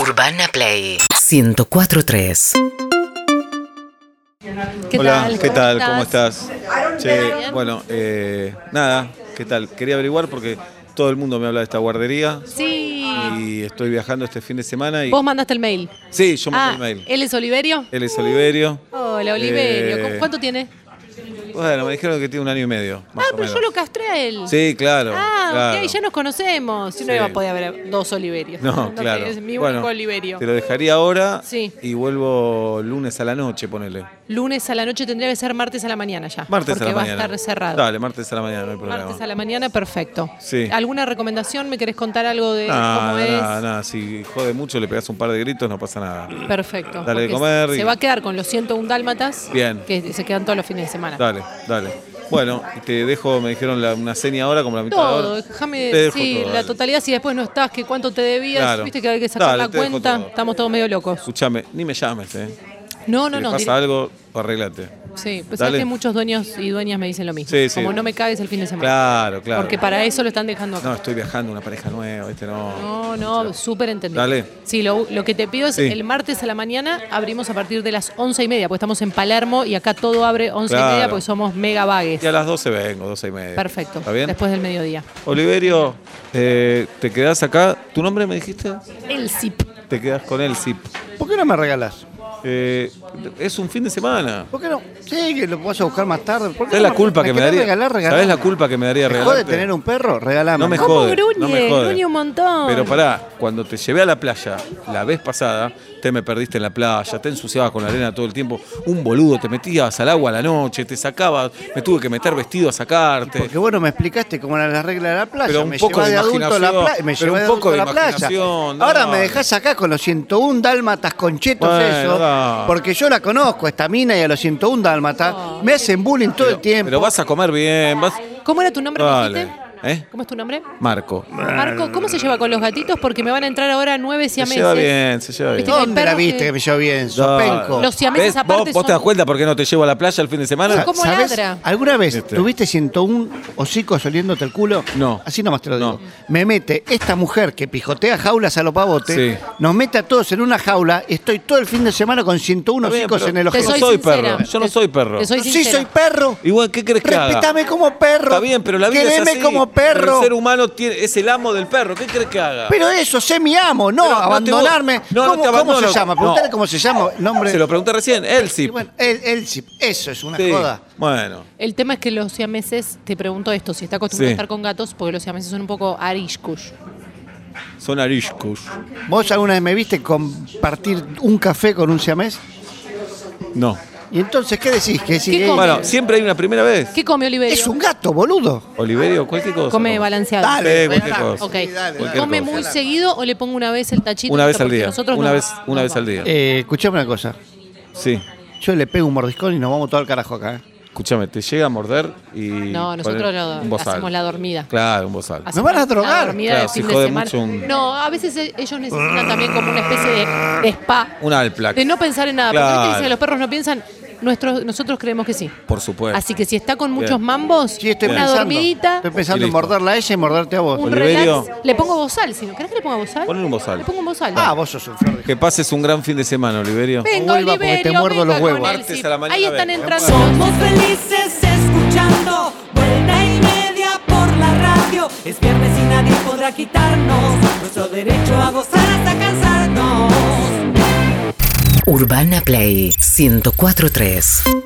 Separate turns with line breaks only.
Urbana Play 1043.
¿Qué
Hola,
tal?
¿qué
¿Cómo
tal? ¿Cómo
estás?
estás? Che, bueno, eh, nada, ¿qué tal? Quería averiguar porque todo el mundo me habla de esta guardería
Sí.
y estoy viajando este fin de semana y...
Vos mandaste el mail.
Sí, yo mandé
ah,
el mail.
¿él es Oliverio?
Él es Oliverio.
Hola, Oliverio.
Eh,
¿Cu- ¿Cuánto tiene?
Bueno, me dijeron que tiene un año y medio. más
Ah,
o
pero yo
menos.
lo castré a él.
Sí, claro.
Ah,
claro.
ok, ya nos conocemos. Si no
Sí.
iba a poder haber dos Oliverios.
No,
te-
claro.
Es mi
Bueno,
único Oliverio.
Te lo dejaría ahora
Sí.
y vuelvo lunes a la noche, ponele.
Lunes a la noche tendría que ser martes a la mañana ya.
Martes
porque
a la
va
mañana.
a estar cerrado.
Dale, martes a la mañana, no hay problema.
Martes a la mañana, perfecto.
Sí.
¿Alguna recomendación? ¿Me querés contar algo de cómo
Nada,
es?
nada, nada. Si jode mucho, le pegas un par de gritos, no pasa nada.
Perfecto.
Dale de
porque
comer y-
Se va a quedar con los 101 dálmatas.
Bien.
Que se quedan todos los fines de semana.
Dale, dale. Bueno, te dejo, me dijeron la- una seña ahora, como la mitad de la
Todo,
hora.
déjame,
Te dejo
sí,
todo,
la
dale.
totalidad, si después no estás, que cuánto te debías,
Claro.
viste que hay que sacar
Dale,
la
te dejo
cuenta,
todo.
estamos todos medio locos.
Escuchame, ni me llames, ¿eh?
No, no,
si
no,
te pasa
direct-
algo, arreglate.
sí, pues
Dale.
sabes que muchos dueños y dueñas me dicen lo mismo,
Sí, sí.
como no me cagues el fin de semana,
Claro, claro.
porque para eso lo están dejando
No,
acá.
estoy viajando, una pareja nueva, este no.
No, no, súper entendido.
Dale.
Sí, lo, lo que te pido es
Sí.
el martes a la mañana abrimos a partir de las once y media, porque estamos en Palermo y acá todo abre once y media,
Claro.
porque somos mega vagues.
Y a las 12 vengo, 12 y media.
Perfecto,
¿Está bien?
después del mediodía.
Oliverio, eh, te quedás acá. ¿Tu nombre me dijiste?
El zip.
Te quedás con él, sí.
¿Por qué no me regalás?
Eh, es un fin de semana.
¿Por qué no? Sí, que lo vas a buscar más tarde. ¿Por qué
¿Sabes
no
la culpa que me
querés
daría?
Regalar, regalame.
¿Sabés la culpa que me daría
¿Me
regalarte?
jode tener un perro? Regalame.
No me
¿Cómo
jode. no me
gruñe?
jode.
Gruñe un montón.
Pero pará, cuando te llevé a la playa la vez pasada, te me perdiste en la playa, te ensuciabas con la arena todo el tiempo. Un boludo, te metías al agua a la noche, te sacabas, me tuve que meter vestido a sacarte.
Porque bueno, me explicaste cómo eran las reglas de la playa.
Pero un
me
poco
llevás
de
adulto a la
imaginación,
playa. Me
pero
llevás
un
de
poco
adulto a
de
la playa.
imaginación, dale.
Ahora me dejás acá con los 101 dálmatas con chetos
Bueno,
eso.
dale.
Porque yo la conozco, a esta mina y a los 101 dálmatas. me hacen bullying todo el tiempo.
Pero vas a comer bien, vas.
¿Cómo era tu nombre? me
Dale.
dijiste?
¿Eh?
¿Cómo es tu nombre?
Marco.
Marco, ¿cómo se lleva con los gatitos? Porque me van a entrar ahora nueve
Se
siameses.
lleva bien, se lleva bien.
Viste, hay
¿Dónde la
perros
viste
que-
que me llevo bien?
Dale.
Sopenco.
Los siameses
¿Ves?
aparte
¿Vos, vos te
son-
das cuenta por qué no te llevo a la playa el fin de semana?
¿Cómo
¿Sabés?
ladra?
Ah, ¿Alguna vez
Este.
tuviste 101 hocicos oliéndote el culo?
No.
Así nomás te lo
No.
digo. Me mete esta mujer que pijotea jaulas a los pavotes,
Sí.
nos mete a todos en una jaula, estoy todo el fin de semana con 101
Está bien,
hocicos
pero
en el
Te
ojete.
Yo soy perro, yo no
Te-
soy perro.
Te soy
sí,
sincera.
soy perro.
Igual, ¿qué crees que haga?
Respetame como perro.
Está bien, pero la vida
Quereme
es así.
como
Pero
perro.
El ser humano tiene- es el amo del perro. ¿Qué crees que haga?
Pero eso, sé mi amo, no,
Pero no te
abandonarme.
voy- no, no
¿Cómo,
te
cómo
abandono.
se llama?
No.
Preguntale cómo se llama. Nombre.
Se lo pregunté recién. Él sí.
Y bueno, el, el zip. Eso es una
Sí.
joda.
Bueno.
El tema es que los siameses, te pregunto esto, si está acostumbrado
Sí.
a estar con gatos, porque los siameses son un poco arishkush.
Son ariscos.
¿Vos alguna vez me viste compartir un café con un siamés?
No.
¿Y entonces qué decís? ¿Que si
¿Qué
es-
come?
Bueno, siempre hay una primera vez.
¿Qué come Oliverio?
es un gato, boludo?
Oliverio, cualquier cosa.
Come balanceado.
Dale, cualquier
regalame.
cosa.
Ok.
dale,
dale.
¿Come muy
Cualquier cosa.
seguido o le pongo una vez el tachito?
Una vez
Porque
al día.
nosotros
Una
no-
vez, una
no
vez al
vamos.
día.
Eh, escuchame una cosa.
Sí.
Yo le pego un mordiscón y nos vamos todo al carajo acá. ¿eh?
Escúchame, te llega a morder y.
No, nosotros
poner
lo-
un bozal.
hacemos la dormida.
Claro, un bozal.
Hacemos
¿Me van a
la
drogar?
dormida
Claro,
de
si
fin de
jode
semana.
mucho un-
No, a veces e- ellos necesitan también como una especie de, de spa.
Un Alplac.
De no pensar en nada. Porque
Claro.
viste que dicen que los perros no piensan, nuestros, nosotros creemos que sí.
Por supuesto.
Así que si está con muchos mambos,
Sí, estoy
una
pensando.
dormidita,
Estoy pensando
Y
en
listo.
morderla a ella y morderte a vos.
un
Oliverio.
relax. Le pongo bozal, si no. ¿Crees que le ponga bozal?
Ponle un bozal.
Le pongo un bozal.
Ah, vos sos un flor de-
Que pases un gran fin de semana, Oliverio.
Venga,
Vuelva porque te
Oliverio,
muerdo
venga
los huevos.
con el
Martes
zip.
a ¿eh? la mañana,
Ahí están
venga.
entrando.
Somos felices escuchando vuelta y media por la radio. Es viernes y nadie podrá quitarnos nuestro derecho a gozar hasta cansarnos.
Urbana Play 1043.